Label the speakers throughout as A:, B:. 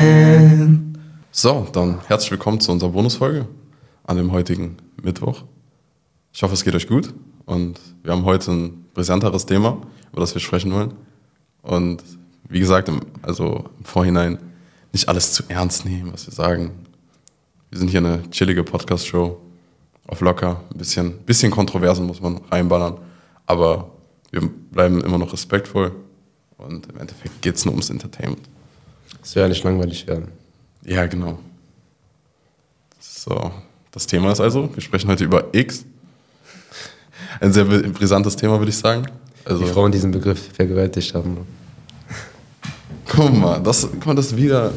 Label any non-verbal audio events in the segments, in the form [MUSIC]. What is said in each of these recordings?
A: Ben. So, dann herzlich willkommen zu unserer Bonusfolge an dem heutigen Mittwoch. Ich hoffe, es geht euch gut und wir haben heute ein brisanteres Thema, über das wir sprechen wollen. Und wie gesagt, im, also im Vorhinein nicht alles zu ernst nehmen, was wir sagen. Wir sind hier eine chillige Podcast-Show auf locker, ein bisschen, bisschen Kontroversen muss man reinballern, aber wir bleiben immer noch respektvoll und im Endeffekt geht es nur ums Entertainment.
B: Es soll ja nicht langweilig werden.
A: Ja, genau. So, das Thema ist also, wir sprechen heute über X. Ein sehr brisantes Thema, würde ich sagen. Also,
B: Die Frauen diesen Begriff vergewaltigt haben. ne?
A: guck mal, das, guck mal, das ist wieder.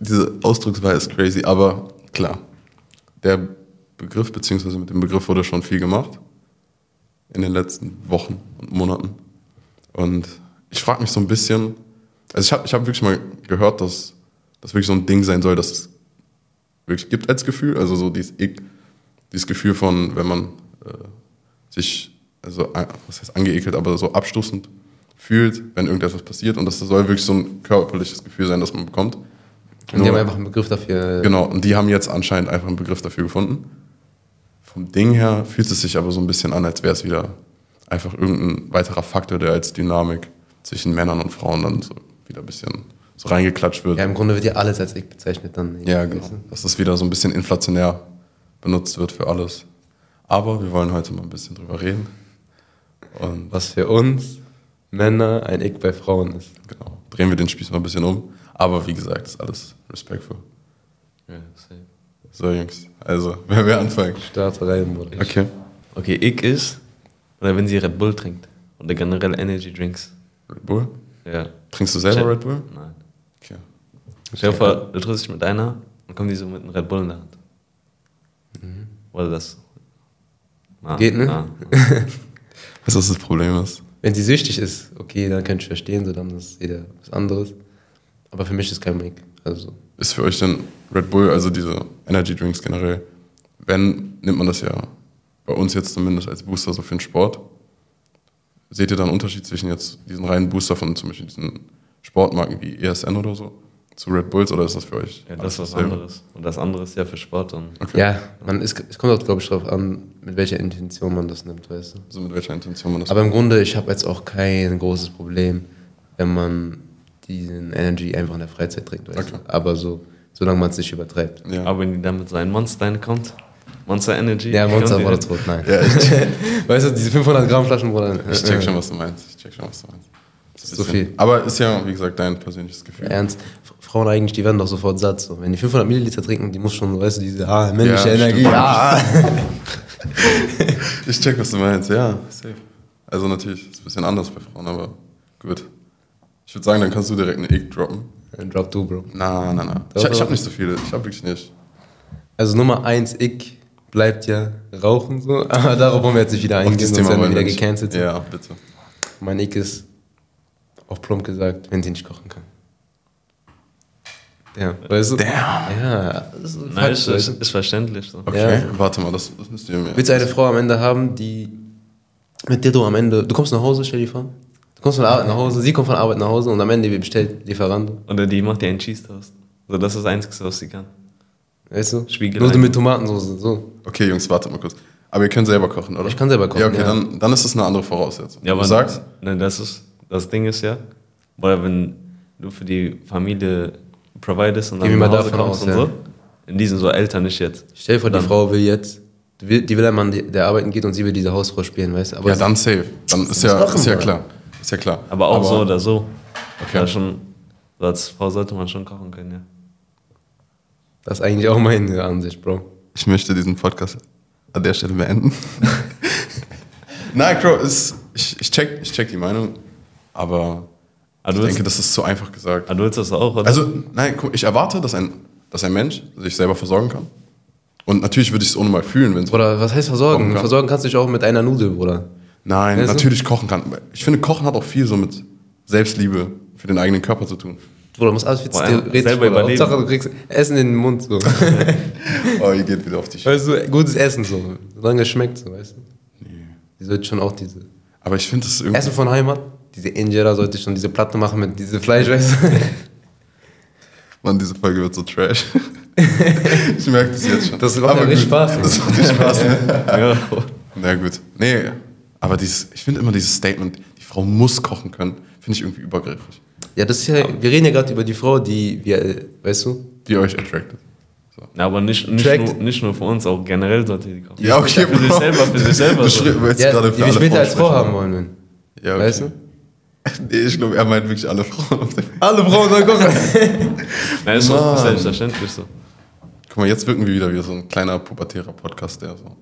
A: Diese Ausdrucksweise ist crazy, aber klar. Der Begriff, beziehungsweise mit dem Begriff wurde schon viel gemacht. In den letzten Wochen und Monaten. Und ich frage mich so ein bisschen. Also, ich habe ich hab wirklich mal gehört, dass das wirklich so ein Ding sein soll, dass es wirklich gibt als Gefühl. Also so dieses, Ick, dieses Gefühl von, wenn man äh, sich, also a- was heißt angeekelt, aber so abstoßend fühlt, wenn irgendetwas passiert. Und das soll wirklich so ein körperliches Gefühl sein, das man bekommt.
B: Und die haben einfach einen Begriff dafür. äh,
A: genau, und die haben jetzt anscheinend einfach einen Begriff dafür gefunden. Vom Ding her fühlt es sich aber so ein bisschen an, als wäre es wieder einfach irgendein weiterer Faktor, der als Dynamik zwischen Männern und Frauen dann so wieder ein bisschen so reingeklatscht wird.
B: Ja, im Grunde wird ja alles als ich bezeichnet dann.
A: Ja, genau. Dass das wieder so ein bisschen inflationär benutzt wird für alles. Aber wir wollen heute mal ein bisschen drüber reden. Und
B: Was für uns Männer ein Ick bei Frauen ist.
A: genau, drehen wir den Spieß mal ein bisschen um. Aber wie gesagt, ist alles respectful.
C: Ja, safe.
A: So, Jungs. Also, [LAUGHS] wer will anfangen?
B: Start rein, Bruder.
A: Okay.
C: Okay, ich ist, oder wenn sie Red Bull trinkt. Oder generell Energy Drinks.
A: Red Bull?
C: Ja.
A: Trinkst du selber Red Bull?
C: Nein.
A: Okay.
C: Stell dir vor, du triffst dich mit einer und kommt die so mit einem Red Bull in der Hand.
A: Mhm.
C: Oder das. Ah,
B: Geht, ne?
C: ah.
A: Weißt du, was das Problem ist?
B: Wenn sie süchtig ist, okay, dann kann ich verstehen, so dann ist jeder was anderes. Aber für mich ist kein Ick. Also,
A: Ist für euch denn Red Bull, also diese Energy Drinks generell, wenn, nimmt man das ja bei uns jetzt zumindest als Booster so für den Sport. Seht ihr da einen Unterschied zwischen jetzt diesen reinen Booster von zum Beispiel diesen Sportmarken wie ESN oder so zu Red Bulls oder ist das für euch?
C: Ja,
A: [LAUGHS]
C: das
A: alles
C: ist was
A: dasselbe?
C: anderes. Und das andere ist ja für Sport und
A: Okay.
B: ja, man ist, es kommt auch, glaube ich, drauf an, mit welcher Intention man das nimmt, weißt du.
A: Also mit welcher Intention man das
B: Aber im Grunde, ich habe jetzt auch kein großes Problem, wenn man diesen Energy einfach in der Freizeit trinkt. Weißt
A: Okay.
B: du? Aber so, solange man es nicht übertreibt.
A: ja.
C: Aber wenn die dann mit so einem Monster reinkommt, Monster Energy.
B: Ja, Monster
C: kommt
B: war
C: die-
B: tot, nein. [LAUGHS] weißt du, diese 500 Gramm Flaschen, Bruder. äh,
A: ich check schon, was du meinst. Ich check schon, was du meinst. Ist ein
B: So
A: bisschen-
B: viel.
A: Aber ist ja, wie gesagt, dein persönliches Gefühl.
B: Ernst, F- Frauen eigentlich, die werden doch sofort satt. So. Wenn die 500 Milliliter trinken, die muss schon, weißt du, diese ah, männliche
A: Ja,
B: Energie.
A: stimmt.
B: Ah.
A: Ich check, was du meinst, ja, safe. Also natürlich, ist ein bisschen anders bei Frauen, aber gut. Ich würde sagen, dann kannst du direkt eine Egg droppen.
B: [LAUGHS] Dann Drop du, Bro.
A: Na, na, na. Ich,
B: Doch,
A: ich
B: doch.
A: habe nicht so viele, ich habe wirklich nicht.
B: Also Nummer eins, ich bleibt ja rauchen so, [LAUGHS] aber darauf wollen wir jetzt nicht wieder
A: Auf
B: eingehen,
A: dieses
B: sonst
A: Thema
B: werden wir
A: wollen wir
B: wieder
A: nicht.
B: gecancelt.
A: Ja, bitte.
B: Mein Ick ist, auf plump gesagt, wenn sie nicht kochen kann. Ja, weißt du? Damn. Ja, das ist ein
C: Nein, ist,
B: Fakt, weißt
C: ist,
B: du?
C: ist verständlich so.
A: Okay,
B: Ja.
A: warte mal, das, das müsst ihr mir.
B: Willst du eine Frau am Ende haben, die mit dir du am Ende, du kommst nach Hause, stell dir vor. Du kommst von der Arbeit nach Hause, sie kommt von der Arbeit nach Hause und am Ende bestellt Lieferando.
C: Oder die macht dir einen Cheese Toast. So, das ist das Einzige, was sie kann.
B: Weißt du?
C: Spiegelei.
B: Nur mit Tomatensauce, so.
A: Okay, Jungs, warte mal kurz. Aber ihr könnt selber kochen, oder?
B: Ich kann selber kochen,
A: Ja, okay,
B: ja.
A: Dann, dann ist das eine andere Voraussetzung.
C: Ja, aber
A: du sagst,
C: Ne, das ist das Ding ist ja, weil wenn du für die Familie providest und
B: Gehen
C: dann
B: wir
C: nach
B: mal
C: Hause
B: davon
C: kommst
B: aus,
C: und
B: ja.
C: so, in diesem so Eltern nicht jetzt.
B: Stell dir vor, die
C: Dann-
B: Frau will jetzt, die will, die will ein Mann, die- der arbeiten geht und sie will diese Hausfrau spielen, weißt du? Aber
A: ja, dann safe. Dann ist ja,
B: kochen,
A: ist ja
B: Mann.
A: klar. Ist ja klar.
C: Aber auch so oder so.
A: Okay.
C: Da schon, so als Frau sollte man schon kochen können, ja.
B: das ist eigentlich auch meine Ansicht, Bro.
A: Ich möchte diesen Podcast an der Stelle beenden. [LAUGHS] Nein, Bro, ist, ich, ich, check, ich check die Meinung, aber
C: Aber Ah,
A: ich
C: du, willst,
A: denke, das ist zu einfach gesagt.
C: aber du willst das auch, oder?
A: Also, nein, guck, ich erwarte, dass ein, dass ein Mensch sich selber versorgen kann. Und natürlich würde ich es ohne mal fühlen, wenn es.
B: Bruder, was heißt
A: Kochen
B: versorgen?
A: kann.
B: Versorgen kannst du dich auch mit einer Nudel, Bruder.
A: Nein,
B: Weißt du?
A: natürlich kochen kann. Ich finde, Kochen hat auch viel so mit Selbstliebe für den eigenen Körper zu tun.
B: Bruder, du musst alles viel
C: Vor allem
B: theoretisch,
C: selber
B: Bruder.
C: überleben.
B: Hauptsache, du kriegst Essen in den
A: [LAUGHS]
B: Mund, so.
A: Oh, ihr geht wieder auf die Sch
B: weißt du, gutes Essen, so. Solange es schmeckt, so, weißt du? Die sollte schon auch diese...
A: Aber ich finde es irgendwie. [LAUGHS]
B: Essen von Heimat, diese Injera sollte schon diese Platte machen mit diesem Fleisch, weißt du?
A: Mann, diese Folge wird so [LAUGHS] trash. ich merke das jetzt schon.
C: Das macht ja
A: Aber
C: richtig
A: gut.
C: Spaß.
A: Das macht richtig Spaß. Ne?
C: [LAUGHS] Ja.
A: Na gut. Nee, aber dieses, ich finde immer dieses Statement, die Frau muss kochen können, finde ich irgendwie übergriffig.
B: Ja, das ist ja, wir reden ja gerade über die Frau, die, wir, äh, weißt du?
A: Die euch attracted.
C: Ja, aber nicht, nicht,
B: Trackt.
C: nur, nicht nur für uns, auch generell sollte die kaufen.
A: Ja, okay,
C: Für sich
A: Bro.
C: selber, für sich selber.
A: Du
C: so.
A: schri- willst
B: Ja,
A: gerade
B: die
A: für
B: wir
A: alle
C: halt
B: später als
A: Frauen
B: Frau haben wollen. würden.
A: sprechen. Ja, okay.
B: Weißt du?
A: [LAUGHS] Nee, ich glaube, er meint wirklich alle Frauen. auf der-
B: Alle Frauen sollen kochen.
C: Nein, ist so
A: Mann.
C: selbstverständlich so.
A: Guck mal, jetzt wirken wir wieder wie so ein kleiner pubertärer Podcast, der so.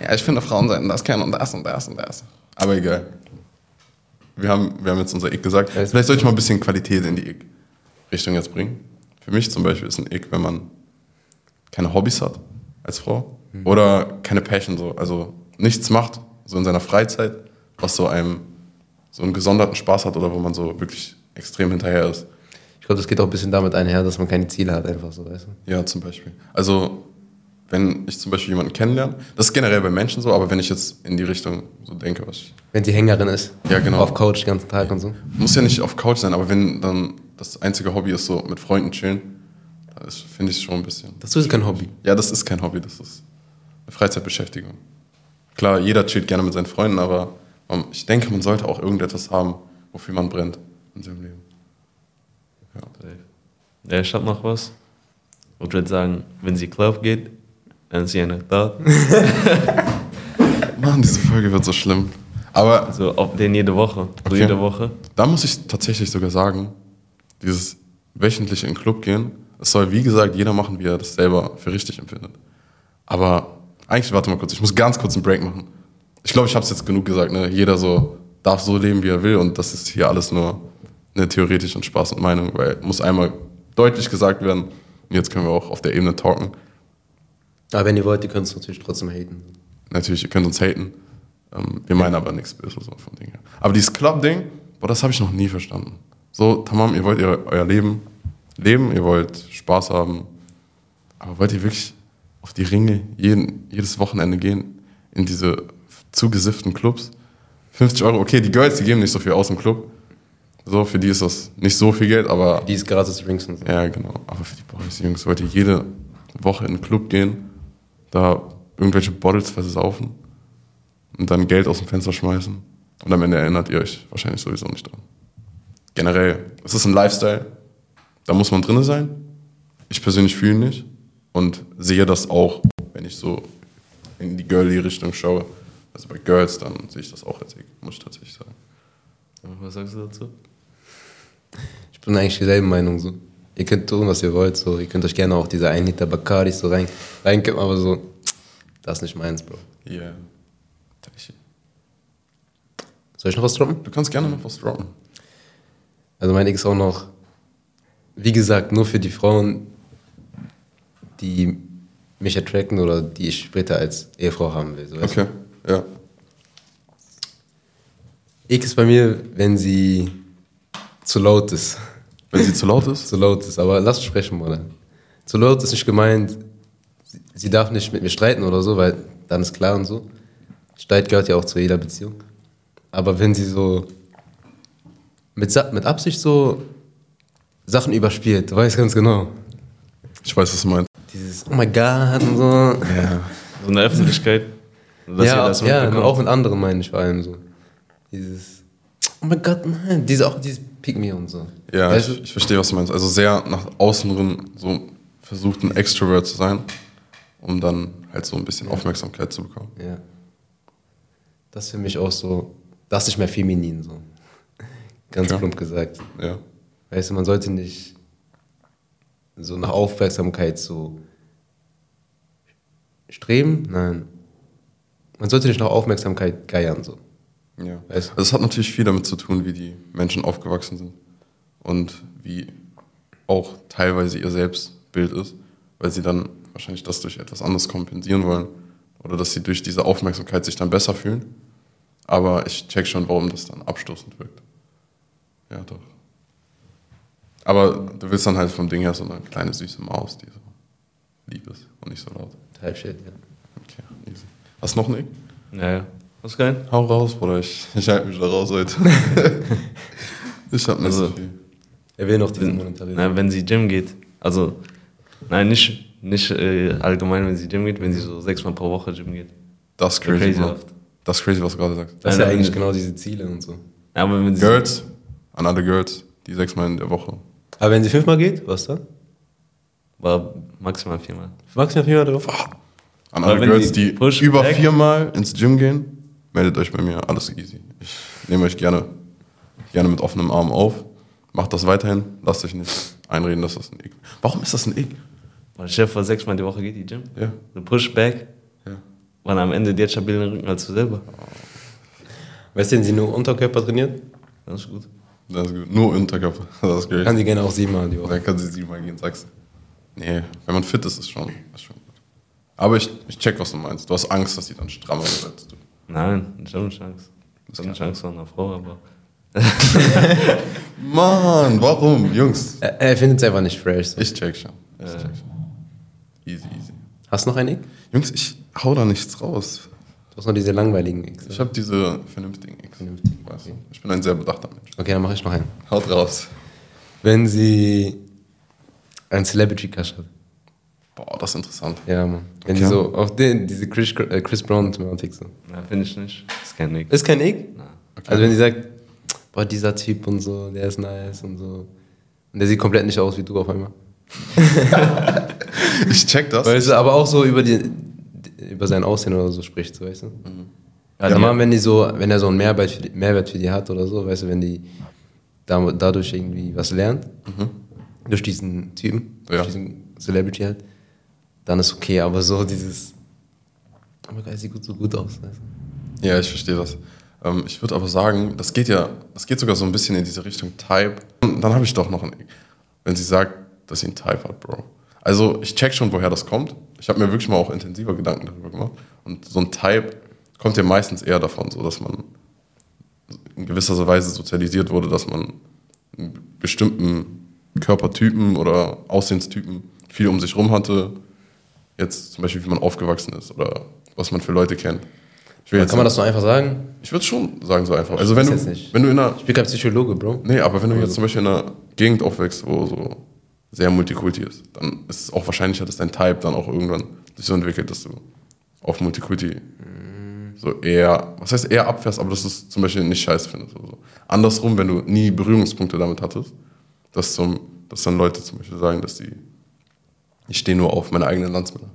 A: Ja, ich finde Frauen sollten das kennen und das und das und das. Aber egal. Wir haben, wir haben jetzt unser Ick gesagt.
B: Ja, ist-
A: Vielleicht sollte ich mal ein bisschen Qualität in die Ick-Richtung jetzt bringen. Für mich zum Beispiel ist ein Ick, wenn man keine Hobbys hat als Frau
B: Hm.
A: oder keine Passion, so. also nichts macht, so in seiner Freizeit, was so einem so einen gesonderten Spaß hat oder wo man so wirklich extrem hinterher ist.
B: [LAUGHS] Ich glaube, das geht auch ein bisschen damit einher, dass man keine Ziele hat, einfach so, weißt du?
A: Ja, zum Beispiel. Also, wenn ich zum Beispiel jemanden kennenlerne, das ist generell bei Menschen so, aber wenn ich jetzt in die Richtung so denke, was ich,
B: Wenn sie Hängerin ist.
A: Ja, genau.
B: Auf Couch den ganzen Tag und so.
A: muss ja nicht auf Couch sein, aber wenn dann das einzige Hobby ist, so mit Freunden chillen, da ist- finde ich schon ein bisschen.
B: Das ist kein Hobby.
A: Ja, das ist kein Hobby, das ist eine Freizeitbeschäftigung. Klar, jeder chillt gerne mit seinen Freunden, aber man, ich denke, man sollte auch irgendetwas haben, wofür man brennt in seinem Leben.
C: Ja, ich hab noch was. Und würde sagen, wenn sie Club geht, dann ist sie eine
A: [LAUGHS]
C: da.
A: Mann, diese Folge wird so schlimm. Aber
C: So auf den jede Woche. So
A: Okay.
C: jede Woche.
A: Da muss ich tatsächlich sogar sagen, dieses wöchentliche in den Club gehen, es soll wie gesagt jeder machen, wie er das selber für richtig empfindet. Aber eigentlich, warte mal kurz, ich muss ganz kurz einen Break machen. Ich glaube, ich habe es jetzt genug gesagt. Ne? Jeder so darf so leben, wie er will und das ist hier alles nur ne, theoretisch und Spaß und Meinung, weil muss einmal deutlich gesagt werden. Und jetzt können wir auch auf der Ebene talken.
B: Aber wenn ihr wollt, ihr könnt es natürlich trotzdem haten.
A: Natürlich, ihr könnt uns haten. Ähm, wir meinen aber nichts Böses so von Dingen. Aber dieses Club-Ding, boah, das habe ich noch nie verstanden. So, Tamam, ihr wollt ihr, euer Leben leben, ihr wollt Spaß haben. Aber wollt ihr wirklich auf die Ringe jeden, jedes Wochenende gehen? In diese zugesifften Clubs? 50 Euro, okay, die Girls, die geben nicht so viel aus im Club. So, für die ist das nicht so viel Geld, aber
B: Die ist gratis Drinks und so.
A: ja, genau. Aber für die Boys, Jungs, wollt ihr jede Woche in den Club gehen, da irgendwelche Bottles versaufen und dann Geld aus dem Fenster schmeißen. Und am Ende erinnert ihr euch wahrscheinlich sowieso nicht dran. Generell, es ist ein Lifestyle. Da muss man drin sein. Ich persönlich fühle ihn nicht und sehe das auch, wenn ich so in die Girly-Richtung schaue. Also bei Girls, dann sehe ich das auch als ich, muss ich tatsächlich sagen.
C: Was sagst du dazu?
B: Ich bin eigentlich derselben Meinung so. Ihr könnt tun, was ihr wollt. So. Ihr könnt euch gerne auch diese 1 Liter Bacardi so rein, reinkippen, aber so, das ist nicht meins, Bro.
A: Yeah.
B: Soll ich noch was droppen?
A: Du kannst gerne noch was droppen.
B: Also mein X auch noch, wie gesagt, nur für die Frauen, die mich attracten oder die ich später als Ehefrau haben will. So, weißt
A: Okay, ja.
B: du? X ist bei mir, wenn sie zu laut ist.
A: Wenn sie zu laut ist.
B: zu laut ist, aber lass uns sprechen, Bruder. Zu laut ist nicht gemeint, sie- sie darf nicht mit mir streiten oder so, weil dann ist klar und so. Streit gehört ja auch zu jeder Beziehung. Aber wenn sie so mit, Sa- mit Absicht so Sachen überspielt, du weißt ganz genau.
A: Ich weiß, was du meinst.
B: Dieses Oh my God und so.
C: So in
B: [LAUGHS]
C: der Öffentlichkeit. Dass ihr
B: ja,
C: das
B: ja
C: mitbekommt.
B: auch mit anderen meine ich vor allem so. Dieses Oh my God, nein. Diese, auch dieses Pick me und so.
A: Ja,
B: Weißt du?
A: ich, ich verstehe, was du meinst. Also sehr nach außen drin so versucht, ein Extrovert zu sein, um dann halt so ein bisschen Aufmerksamkeit zu bekommen.
B: Ja. Das ist für mich auch so, das ist nicht mehr feminin, so. Ganz
A: Klar.
B: plump gesagt.
A: Ja.
B: Weißt du, man sollte nicht so nach Aufmerksamkeit so streben, nein. Man sollte nicht nach Aufmerksamkeit geiern, so.
A: ja.
B: Weißt du?
A: Also es hat natürlich viel damit zu tun, wie die Menschen aufgewachsen sind und wie auch teilweise ihr Selbstbild ist, weil sie dann wahrscheinlich das durch etwas anderes kompensieren wollen oder dass sie durch diese Aufmerksamkeit sich dann besser fühlen. Aber ich check schon, warum das dann abstoßend wirkt. Ja, doch. Aber du willst dann halt vom Ding her so eine kleine süße Maus, die so lieb ist und nicht so laut.
B: Type shit, ja.
A: Okay, easy. Hast du noch einen?
B: genau.
C: Ja, ja. Was geil?
A: Hau [LAUGHS]
C: [LAUGHS]
A: raus, Bruder. Ich, ich halte mich da raus heute. ich hab nicht
C: Also,
A: so viel.
B: Er will noch diesen
C: Wenn,
B: monetären.
C: na, wenn sie Gym geht. Also, nein, nicht, nicht äh, allgemein, wenn sie Gym geht, wenn sie so sechsmal pro Woche Gym geht.
A: Das ist crazy,
C: Crazy
A: Bro.
C: oft.
A: Das ist crazy, was du gerade sagst.
B: Das ist ja
C: Nein,
B: eigentlich
C: nein.
B: genau diese Ziele und so.
C: Ja, aber wenn sie.
A: Girls, an alle Girls, die sechsmal in der Woche.
B: Aber wenn sie fünfmal geht, was dann?
C: War maximal viermal.
B: Maximal viermal drauf?
A: An
C: Aber
A: alle
C: wenn
A: Girls,
C: die
A: die
C: pushen,
A: über
C: weg-
A: viermal ins Gym gehen, meldet euch bei mir. Alles easy. Ich nehme euch gerne, gerne mit offenem Arm auf. Macht das weiterhin. Lasst euch nicht einreden, dass das ein Ekel Warum ist das ein Ekel?
C: Weil der Chef war sechsmal die Woche geht die Gym.
A: Ja.
C: So Pushback.
A: Ja.
C: Waren am Ende die hat stabileren Rücken als du selber.
B: Weißt du, wenn sie nur Unterkörper trainiert,
C: Das ist gut.
A: Das ist gut. Nur Unterkörper. [LAUGHS] Das ist
B: kann
A: crazy.
B: sie gerne auch siebenmal die Woche.
A: Dann kann sie siebenmal gehen, sagst du. Nee, wenn man fit ist, ist schon, ist schon gut. Aber ich, ich check, was du meinst. Du hast Angst, dass die dann strammer wird als du.
C: Nein, ich habe eine Chance. Ich habe eine Chance von einer Frau, aber.
A: Mann, warum? Jungs.
B: Er, er findet es einfach nicht fresh. So.
A: Ich check schon. Ich check schon. Easy, easy.
B: Hast du noch ein Ick?
A: Jungs, ich hau da nichts raus.
B: Du hast noch diese langweiligen Icks.
A: Ich habe diese vernünftigen X.
B: Vernünftig,
A: Weißt du? Ich bin ein sehr bedachter Mensch.
B: Okay, dann mache ich noch einen.
A: Haut raus.
B: Wenn sie ein Celebrity-Crush hat.
A: Boah, das ist interessant.
B: Ja, Mann. Wenn
A: Okay.
B: sie so auf den, diese Chris, äh, Chris Brown-Thematik so.
C: Nein, finde ich nicht. Ist kein Nick.
B: Ist kein Ick?
C: Nein.
B: Also wenn sie sagt, boah, dieser Typ und so, der ist nice und so. Und der sieht komplett nicht aus wie du auf einmal.
A: Ich check das.
B: Weißt du, aber auch so über, die, über sein Aussehen oder so spricht, so, weißt du? Mhm. Ja,
A: Ja.
B: normal, wenn die so, wenn er so einen Mehrwert für die, Mehrwert für die hat oder so, weißt du, wenn die da, dadurch irgendwie was lernt, durch diesen Typen,
A: Ja.
B: durch diesen Celebrity halt, dann ist okay, aber so dieses, oh mein Gott, er sieht gut, so gut aus. Weißt du?
A: Ja, ich verstehe das. Ähm, ich würde aber sagen, das geht ja, das geht sogar so ein bisschen in diese Richtung Type. Und Dann habe ich doch noch einen, wenn sie sagt, dass sie einen Type hat, Bro. Also ich check schon, woher das kommt. Ich habe mir wirklich mal auch intensiver Gedanken darüber gemacht. Und so ein Type kommt ja meistens eher davon, so dass man in gewisser Weise sozialisiert wurde, dass man einen bestimmten Körpertypen oder Aussehenstypen viel um sich rum hatte. Jetzt zum Beispiel, wie man aufgewachsen ist oder was man für Leute kennt. Ich will
B: Kann man das so einfach sagen?
A: ich würde schon sagen, so einfach. Also wenn
B: weiß jetzt
A: du,
B: nicht. Also-
A: wenn du in einer.
B: Ich bin kein Psychologe, Bro.
A: Nee, aber wenn du jetzt zum Beispiel in einer Gegend aufwächst, wo so sehr Multikulti ist, dann ist es auch wahrscheinlicher, dass dein Type dann auch irgendwann sich so entwickelt, dass du auf Multikulti
B: Mhm.
A: so eher, was heißt eher abfährst, aber dass du es zum Beispiel nicht scheiße findest oder so. Andersrum, wenn du nie Berührungspunkte damit hattest, dass, zum, dass dann Leute zum Beispiel sagen, dass die, ich stehe nur auf meine eigenen Landsmänner.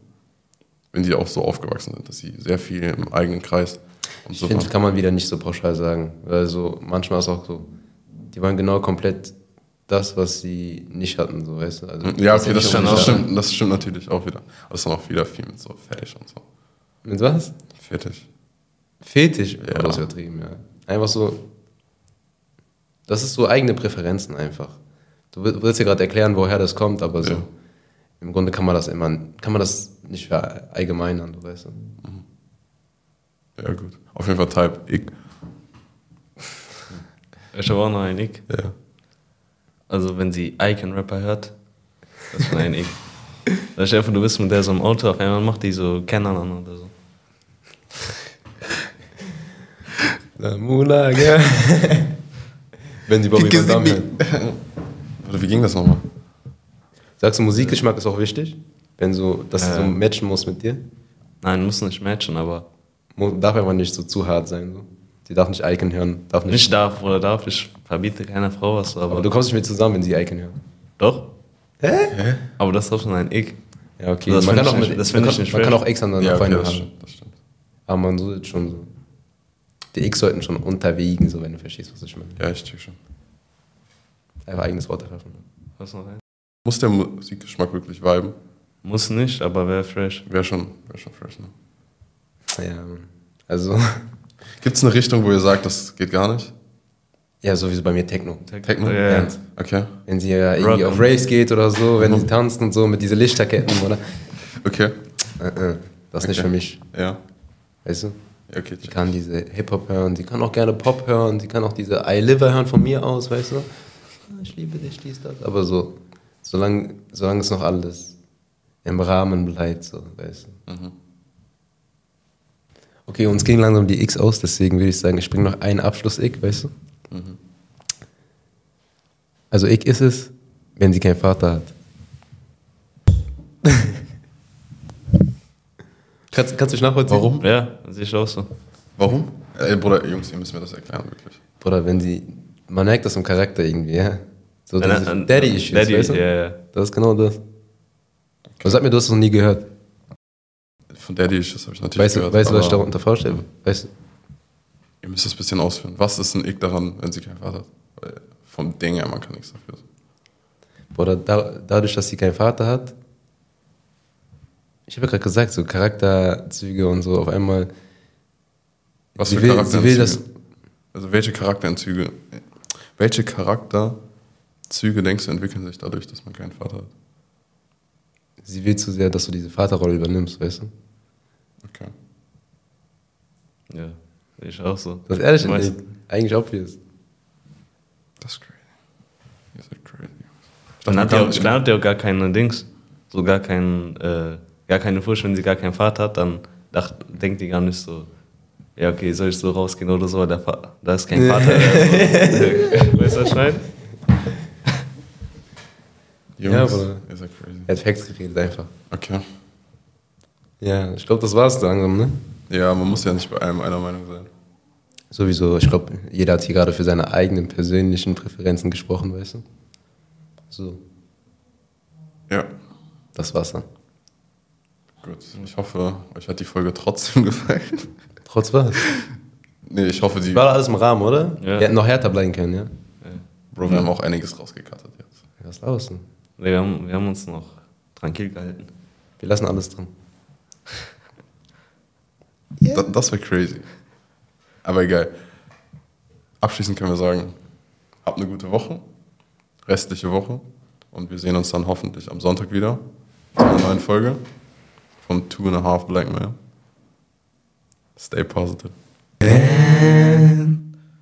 A: Wenn die auch so aufgewachsen sind, dass sie sehr viel im eigenen Kreis und
B: Ich finde, kann man wieder nicht so pauschal sagen. Also manchmal ist auch so, die waren genau komplett das, was sie nicht hatten, so weißt du. Also,
A: Ja,
B: was
A: okay,
B: sie
A: das
B: nicht
A: stimmt,
B: unbedingt
A: das,
B: hatten.
A: stimmt, das stimmt natürlich auch wieder. Aber es ist auch wieder viel mit so Fetisch und so.
B: Mit was?
A: Fetisch.
B: Fetisch?
A: Ja.
B: Ja. Das ist übertrieben, ja. Einfach so. Das ist so eigene Präferenzen einfach. Du wi- willst ja gerade erklären, woher das kommt, aber so.
A: Ja.
B: Im Grunde kann man das immer, kann man das nicht verallgemeinern, du weißt du.
A: Ja, gut. Auf jeden Fall Type Ick.
C: Ich habe auch noch einen Nick.
A: Ja.
C: Also, wenn sie Icon Rapper hört, das ist schon ein [LAUGHS] Nick. Da Chef, du bist mit der so im Auto, auf einmal macht die so Canon an oder so.
B: La Mula, gell? Wenn die Bobby Van Damme hört.
A: Warte, wie ging das nochmal?
B: Sagst du, Musikgeschmack ist auch wichtig? Wenn so, dass
C: Ja.
B: du so
A: Ähm.
B: matchen musst mit dir?
C: Nein, muss nicht matchen, aber
B: Mu- Darf einfach nicht so zu hart sein, so. Die darf nicht Icon hören, darf nicht.
C: nicht darf oder darf, ich verbiete keiner Frau was, aber,
B: Aber du kommst nicht mit zusammen, wenn sie Icon hören.
C: doch.
B: Hä?
C: Aber das ist doch schon ein Ick.
B: Ja, okay.
C: Das
B: man
C: find
B: kann
C: ich
B: auch
C: nicht-
B: mit,
C: das
B: man
C: find ich
B: kann,
C: nicht
B: man kann
C: fair.
B: auch Ex aneinander
A: Ja, okay,
B: Freunde
A: das
B: haben.
A: stimmt, das stimmt.
B: Aber man sollte schon so. Die X sollten schon unterwiegen, so wenn du verstehst, was ich meine.
A: Ja, ich check schon.
B: Einfach eigenes Wort erfassen.
C: Was noch ein?
A: Muss der Musikgeschmack wirklich viben?
C: Muss nicht, aber wäre fresh.
A: Wäre schon, wär schon fresh, ne?
B: Ja, Mann. also. [LAUGHS]
A: Gibt es eine Richtung, wo ihr sagt, das geht gar nicht?
B: Ja, sowieso bei mir Techno.
A: Techno?
C: Ja, ja.
B: Ja.
A: Okay.
B: Wenn sie ja irgendwie
C: Rock.
B: auf Raves geht oder so, wenn
C: [LAUGHS]
B: sie tanzt und so mit diesen Lichterketten, oder?
A: Okay.
B: Äh, äh, das ist nicht
A: Okay.
B: für mich,
A: Ja.
B: weißt du?
A: Ja, Okay,
B: Die
A: check.
B: kann diese Hip-Hop hören, die kann auch gerne Pop hören, die kann auch diese I Live hören von mir aus, weißt du? Ich liebe dich, dies, das. Aber so, solange, solange es noch alles im Rahmen bleibt, so, weißt du? Okay, uns ging langsam die X Mhm. aus, deswegen würde ich sagen, ich bringe noch einen Abschluss-Ick, weißt du? Also ich ist es, wenn sie keinen Vater hat. kannst, kannst du dich nachvollziehen?
A: Warum?
C: Ja, sehe ich auch so.
A: Warum?
B: Äh,
A: Ey, Bruder, Jungs, ihr müsst mir das erklären, wirklich.
B: Oder wenn sie, man merkt das im Charakter irgendwie, ja. So
C: Wenn er-
B: diese
C: an-
B: Daddy-Issues,
C: Daddy,
B: weißt du?
C: ja, ja.
B: Das ist genau das. Aber sag mir, du hast es noch nie gehört.
A: Von Daddy Issues habe ich natürlich
B: Weißt du,
A: gehört.
B: weißt, du, was ich
A: aber
B: darunter vorstelle? Weißt du?
A: Ihr müsst das ein bisschen ausführen. Was ist ein Ick daran, wenn sie keinen Vater hat? Weil vom Ding her, man kann nichts dafür.
B: Oder da, dadurch, dass sie keinen Vater hat. Ich habe ja gerade gesagt, so Charakterzüge und so auf einmal.
A: Was
B: Sie
A: für
B: will-
A: Charakterentzüge?
B: sie will das-
A: also welche Charakterentzüge, welche Charakterzüge denkst du entwickeln sich dadurch, dass man keinen Vater hat?
B: Sie will zu sehr, dass du diese Vaterrolle übernimmst, weißt du?
A: Okay.
C: Ja, sehe ich auch so.
B: Das ist ehrlich,
C: Weißt-
B: eigentlich obvious.
A: Das ist crazy. Ihr seid crazy. Ich dachte,
C: Dann
A: man
C: hat die
A: kann-
C: auch,
A: ich
C: dann hat die auch gar keine Dings, so gar, kein, äh, gar keine Furcht, wenn sie gar keinen Vater hat, dann dacht, denkt die gar nicht so, ja okay, soll ich so rausgehen oder so, weil der Fa- da ist kein [LAUGHS] Vater. Also, weißt du, was ich meine?
A: Jungs,
B: Ja, aber-
A: Ihr seid crazy.
B: Er hat Facts geredet einfach.
A: Okay.
B: Ja, ich glaube, das war's langsam, ne?
A: Ja, man muss ja nicht bei allem einer Meinung sein.
B: Sowieso, ich glaube, jeder hat hier gerade für seine eigenen persönlichen Präferenzen gesprochen, weißt du? So,
A: Ja.
B: das war's dann.
A: Gut. Ich hoffe, euch hat die Folge trotzdem [LAUGHS] gefallen.
B: Trotz was?
A: Nee, ich hoffe, die.
B: War alles im Rahmen, oder?
C: Ja.
B: Wir hätten noch härter bleiben können, ja?
A: Bro, wir haben auch einiges rausgekattet jetzt.
B: Was laberst du?
C: Nee, wir, haben, wir haben uns noch tranquil gehalten.
B: Wir lassen alles drin.
A: Da, das wäre crazy. Aber egal. Abschließend können wir sagen, habt eine gute Woche, restliche Woche und wir sehen uns dann hoffentlich am Sonntag wieder zu einer neuen Folge vom Two and a Half Black Man. Stay positive.